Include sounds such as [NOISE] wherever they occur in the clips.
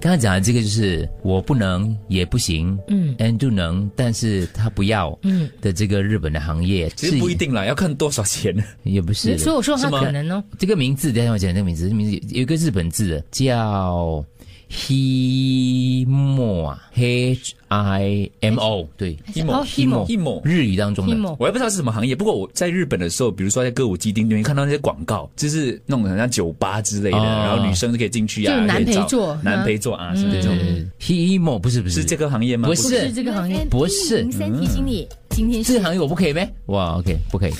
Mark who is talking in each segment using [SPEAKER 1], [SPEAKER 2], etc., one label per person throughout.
[SPEAKER 1] 刚刚讲的这个就是我不能也不行，
[SPEAKER 2] 嗯
[SPEAKER 1] ，and 就能，但是他不要，
[SPEAKER 2] 嗯
[SPEAKER 1] 的这个日本的行业，
[SPEAKER 3] 其实不一定啦，要看多少钱。
[SPEAKER 1] 也不是的，
[SPEAKER 2] 所以我说他
[SPEAKER 3] 是吗
[SPEAKER 2] 可能哦，
[SPEAKER 1] 这个名字，等一下我讲这个名字，这名字有一个日本字的叫 himo 啊，H I M O，对
[SPEAKER 2] 还是哦
[SPEAKER 3] Himo
[SPEAKER 2] ，himo
[SPEAKER 3] Himo
[SPEAKER 1] 日语当中的
[SPEAKER 2] himo，
[SPEAKER 3] 我也不知道是什么行业，不过我在日本的时候，比如说在歌舞伎町那边看到那些广告，就是那种很像酒吧之类的，
[SPEAKER 1] 哦
[SPEAKER 3] 然后女生就可以进去啊，
[SPEAKER 2] 就男
[SPEAKER 3] 可以找
[SPEAKER 2] 陪坐
[SPEAKER 3] 男陪坐啊，什么这种，
[SPEAKER 1] 嗯，himo 不是不是
[SPEAKER 3] 是这个行业吗？
[SPEAKER 1] 不
[SPEAKER 2] 不
[SPEAKER 1] 是
[SPEAKER 2] 是这个行业，
[SPEAKER 1] 不是
[SPEAKER 4] 零三提醒你，今天
[SPEAKER 1] 这
[SPEAKER 4] 是
[SPEAKER 1] 个行业我不可以呗？哇，OK，不可以，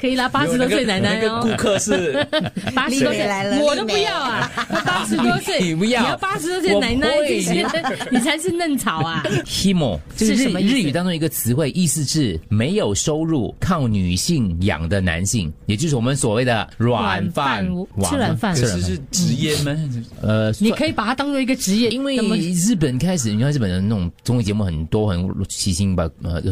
[SPEAKER 2] 可以啦，八
[SPEAKER 3] 没有
[SPEAKER 2] 十
[SPEAKER 3] 那
[SPEAKER 2] 多
[SPEAKER 3] 个
[SPEAKER 2] 岁奶奶
[SPEAKER 3] 那个顾
[SPEAKER 2] 哦，
[SPEAKER 3] 客是
[SPEAKER 2] 八十多
[SPEAKER 4] 丽
[SPEAKER 2] 岁
[SPEAKER 4] 美来了
[SPEAKER 2] 我都
[SPEAKER 4] 丽
[SPEAKER 2] 不
[SPEAKER 4] 美
[SPEAKER 2] 要啊，八十多岁
[SPEAKER 1] 你不要
[SPEAKER 2] 你要八十多岁奶奶
[SPEAKER 1] 我不会
[SPEAKER 2] 这些，你才是嫩草啊。
[SPEAKER 1] himo 这个
[SPEAKER 2] 是
[SPEAKER 1] 日
[SPEAKER 2] 什么意思
[SPEAKER 1] 日语当中一个词汇，意思是没有收入靠女性养的男性，也就是我们所谓的软饭
[SPEAKER 2] 软饭
[SPEAKER 1] 王
[SPEAKER 2] 吃软饭
[SPEAKER 3] 可
[SPEAKER 1] 吃
[SPEAKER 3] 是
[SPEAKER 1] 软饭
[SPEAKER 3] 是职业吗？
[SPEAKER 1] 呃，
[SPEAKER 2] 你
[SPEAKER 1] 算
[SPEAKER 2] 可以把它当做一个职业，
[SPEAKER 1] 因为
[SPEAKER 2] 那么
[SPEAKER 1] 日本开始，你看日本的那种综艺节目很多，很七星吧，呃，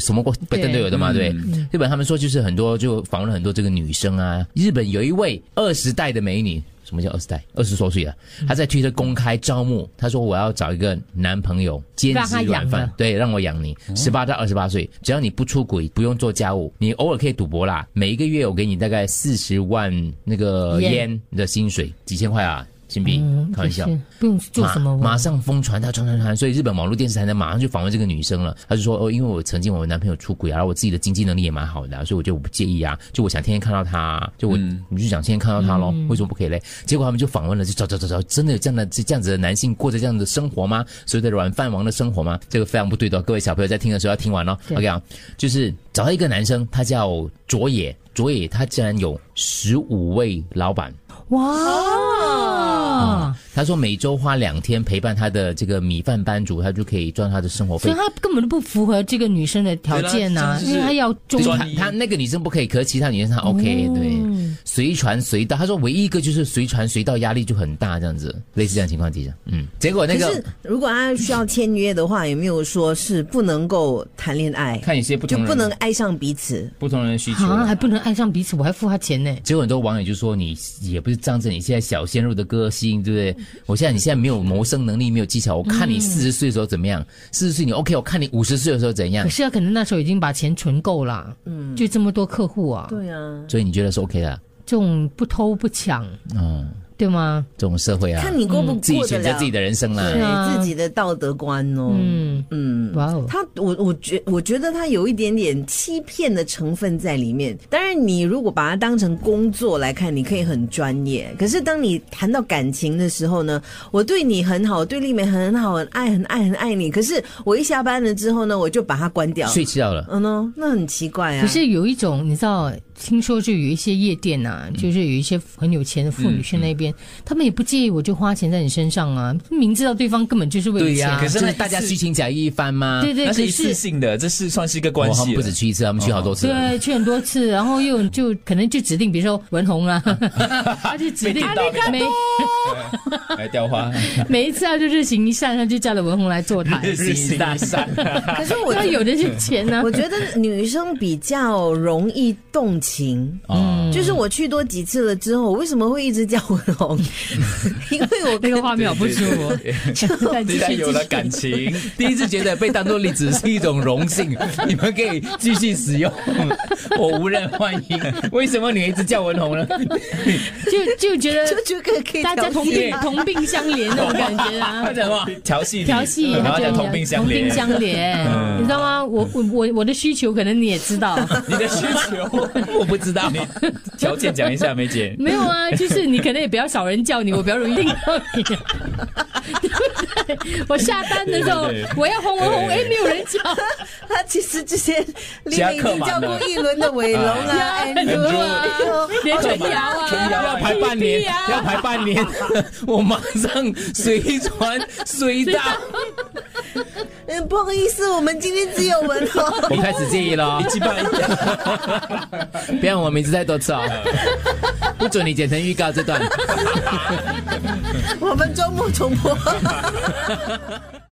[SPEAKER 1] 什么拜登都有的
[SPEAKER 2] 嗯
[SPEAKER 1] 嘛，对。日本他们说就是很多就访问了很多这个女生啊。日本有一位二十代的美女，什么叫二十代？二十多岁了，
[SPEAKER 2] 嗯
[SPEAKER 1] 她在推特公开招募，她说我要找一个男朋友兼
[SPEAKER 2] 让她
[SPEAKER 1] 职
[SPEAKER 2] 养哦
[SPEAKER 1] 软饭
[SPEAKER 2] 了，
[SPEAKER 1] 对，让我养你。十八到二十八岁，只要你不出轨，不用做家务，你偶尔可以赌博啦。每一个月我给你大概四十万那个
[SPEAKER 2] Yen
[SPEAKER 1] yen 的薪水，几千块啊，新币，开玩笑
[SPEAKER 2] 嗯也。是不用做什么
[SPEAKER 1] 马马
[SPEAKER 2] 我。
[SPEAKER 1] 上疯传他传传传，所以日本网络电视台呢马上就访问这个女生了。她就说哦，因为我曾经我男朋友出轨啊，然后我自己的经济能力也蛮好的啊、所以我觉得我不介意啊，就我想天天看到他啊，就我、我就想天天看到他咯，
[SPEAKER 2] 嗯
[SPEAKER 1] 为什么不可以嘞？结果他们就访问了，就找找找找，真的有这样的这样子的男性过着这样的生活吗？所谓的软饭王的生活吗？这个非常不对的哦，各位小朋友在听的时候要听完哦。
[SPEAKER 2] 对
[SPEAKER 1] OK 啊，就是找到一个男生，他叫佐野，佐野他竟然有十五位老板。
[SPEAKER 2] 哇！
[SPEAKER 1] 他说每周花两天陪伴他的这个米饭班主，他就可以赚他的生活
[SPEAKER 2] 所
[SPEAKER 1] 费
[SPEAKER 2] 以。他根本就不符合这个女生的条件呐、
[SPEAKER 3] 对啦这就是
[SPEAKER 2] 因为他要中
[SPEAKER 3] 专
[SPEAKER 1] 他
[SPEAKER 3] 一
[SPEAKER 1] 他那个女生不可以，可是其他女生她 OK，、对，随传随到。他说唯一一个就是随传随到，压力就很大，这样子，类似这样的情况底下，嗯，结果那
[SPEAKER 5] 可
[SPEAKER 1] 个
[SPEAKER 5] 是如果他需要签约的话，有没有说是不能够谈恋爱，
[SPEAKER 1] 看有些不
[SPEAKER 5] 就
[SPEAKER 1] 同人
[SPEAKER 5] 不能爱上彼此？
[SPEAKER 1] 不同人的需求
[SPEAKER 2] 啊，
[SPEAKER 1] 了。
[SPEAKER 2] 还不能爱上彼此，我还付他钱呢。
[SPEAKER 1] 结果很多网友就说你也不是仗着你现在小鲜肉的个性，对不对？我现在你现在没有谋生能力，没有技巧，我看你四十岁的时候怎么样？四十岁你 OK，我看你五十岁的时候怎样
[SPEAKER 2] 可？是他啊可能那时候已经把钱存够了，嗯，就这么多客户啊，
[SPEAKER 5] 对啊，
[SPEAKER 1] 所以你觉得是 OK 的啊，
[SPEAKER 2] 这种不偷不抢，
[SPEAKER 1] 嗯，
[SPEAKER 2] 对吗？
[SPEAKER 1] 这种社会啊，
[SPEAKER 5] 看你过不
[SPEAKER 1] 自己
[SPEAKER 5] 过得
[SPEAKER 1] 选择
[SPEAKER 5] 了
[SPEAKER 1] 自己的人生啦。
[SPEAKER 5] 对
[SPEAKER 2] 啊
[SPEAKER 5] 自己的道德观哦。
[SPEAKER 2] 嗯，
[SPEAKER 5] 嗯，
[SPEAKER 2] 哇哦，
[SPEAKER 5] 他我我觉我觉得他有一点点欺骗的成分在里面。当然，你如果把它当成工作来看，你可以很专业。可是当你谈到感情的时候呢，我对你很好，对丽美很好，很爱很爱很爱你。可是我一下班了之后呢，我就把它关掉。
[SPEAKER 1] 睡觉了，
[SPEAKER 5] 嗯哦，那很奇怪啊。
[SPEAKER 2] 可是有一种，你知道，听说就有一些夜店
[SPEAKER 3] 嗯
[SPEAKER 2] 呐、就是有一些很有钱的妇女去那边，他们也不介意我就花钱在你身上啊，明知道对方根本就是为了钱。
[SPEAKER 3] 可
[SPEAKER 1] 就
[SPEAKER 3] 是那
[SPEAKER 1] 是
[SPEAKER 3] 一
[SPEAKER 1] 大家
[SPEAKER 3] 次
[SPEAKER 1] 虚情假意一番吗？
[SPEAKER 2] 对对，
[SPEAKER 3] 那
[SPEAKER 2] 可
[SPEAKER 3] 是
[SPEAKER 2] 是
[SPEAKER 3] 一次性的，这是算是一个
[SPEAKER 1] 我
[SPEAKER 3] 关
[SPEAKER 1] 他
[SPEAKER 3] 系
[SPEAKER 1] 们
[SPEAKER 3] 了
[SPEAKER 1] 不止。去一次，他们去好多次了。
[SPEAKER 2] 对，去很多次，然后又就可能就指定，比如说文红
[SPEAKER 3] [LAUGHS]
[SPEAKER 2] 啊，他就指定
[SPEAKER 3] 被电到
[SPEAKER 2] 每
[SPEAKER 3] 来雕花，
[SPEAKER 2] 每一次啊他就日行一善，他就叫了文红来坐
[SPEAKER 3] [LAUGHS]
[SPEAKER 2] 台，
[SPEAKER 3] 日行一善，
[SPEAKER 5] 可是我
[SPEAKER 2] 因为有的是钱啊呢、
[SPEAKER 5] [LAUGHS] 我觉得女生比较容易动情。
[SPEAKER 1] 嗯，
[SPEAKER 5] 就是我去多几次了之后，我为什么会一直叫文红？ [LAUGHS] 因为
[SPEAKER 2] [LAUGHS]
[SPEAKER 5] 我
[SPEAKER 2] 那
[SPEAKER 5] 跟
[SPEAKER 2] 个画面好不舒服。但继
[SPEAKER 3] 既
[SPEAKER 2] 续
[SPEAKER 3] 然有了
[SPEAKER 2] 继续
[SPEAKER 3] 感情，
[SPEAKER 1] 第一次觉得被当做例子是一种荣幸， [LAUGHS] 你们可以继续使用，我无人欢迎。为什么你一直叫文红呢？
[SPEAKER 2] 就就觉
[SPEAKER 5] 就
[SPEAKER 2] 得
[SPEAKER 5] 觉得可以
[SPEAKER 2] 大家
[SPEAKER 5] 调
[SPEAKER 2] 同
[SPEAKER 5] 戏
[SPEAKER 2] 病
[SPEAKER 5] 啊
[SPEAKER 2] 同病相怜那种感觉啊
[SPEAKER 1] 他。讲话，
[SPEAKER 3] 调戏你
[SPEAKER 2] 调戏，
[SPEAKER 3] 然后
[SPEAKER 2] 他觉
[SPEAKER 3] 讲
[SPEAKER 2] 得
[SPEAKER 3] 同病相
[SPEAKER 2] 同病
[SPEAKER 3] 怜，嗯
[SPEAKER 2] 相怜，你知道吗？我我我我的需求可能你也知
[SPEAKER 3] [LAUGHS]
[SPEAKER 2] 道，
[SPEAKER 3] 你的需求我不知道，你条件讲一下，梅姐。
[SPEAKER 2] 没有啊，就是你可能也比较少人叫你，我比较容易听到你，对
[SPEAKER 3] [LAUGHS]
[SPEAKER 2] 不对？我下单的时候
[SPEAKER 3] 对对对，
[SPEAKER 2] 我要红红红，
[SPEAKER 3] 对
[SPEAKER 2] 哎，没有人
[SPEAKER 3] [LAUGHS]
[SPEAKER 2] 叫，
[SPEAKER 5] 他其实之前李
[SPEAKER 3] 加
[SPEAKER 5] 敏已
[SPEAKER 3] 刻
[SPEAKER 5] 经
[SPEAKER 3] 满
[SPEAKER 5] 叫
[SPEAKER 3] 了
[SPEAKER 5] 过一轮的伟龙啊，安
[SPEAKER 2] 很
[SPEAKER 5] 如
[SPEAKER 2] 多 [LAUGHS]
[SPEAKER 5] 啊
[SPEAKER 2] 啊， [LAUGHS] 连春瑶
[SPEAKER 3] 春
[SPEAKER 2] 啊，
[SPEAKER 3] 瑶
[SPEAKER 1] 要
[SPEAKER 2] [LAUGHS]
[SPEAKER 1] 排半年，要排半年， [LAUGHS] 我马上随传随到。
[SPEAKER 5] 嗯，不好意思，我们今天只有文红。 [LAUGHS]
[SPEAKER 1] 我开始介意了
[SPEAKER 3] 你，击败
[SPEAKER 1] [LAUGHS] 不要让我名字太多次哦，不准你剪成预告这段。
[SPEAKER 5] 我们周末重播。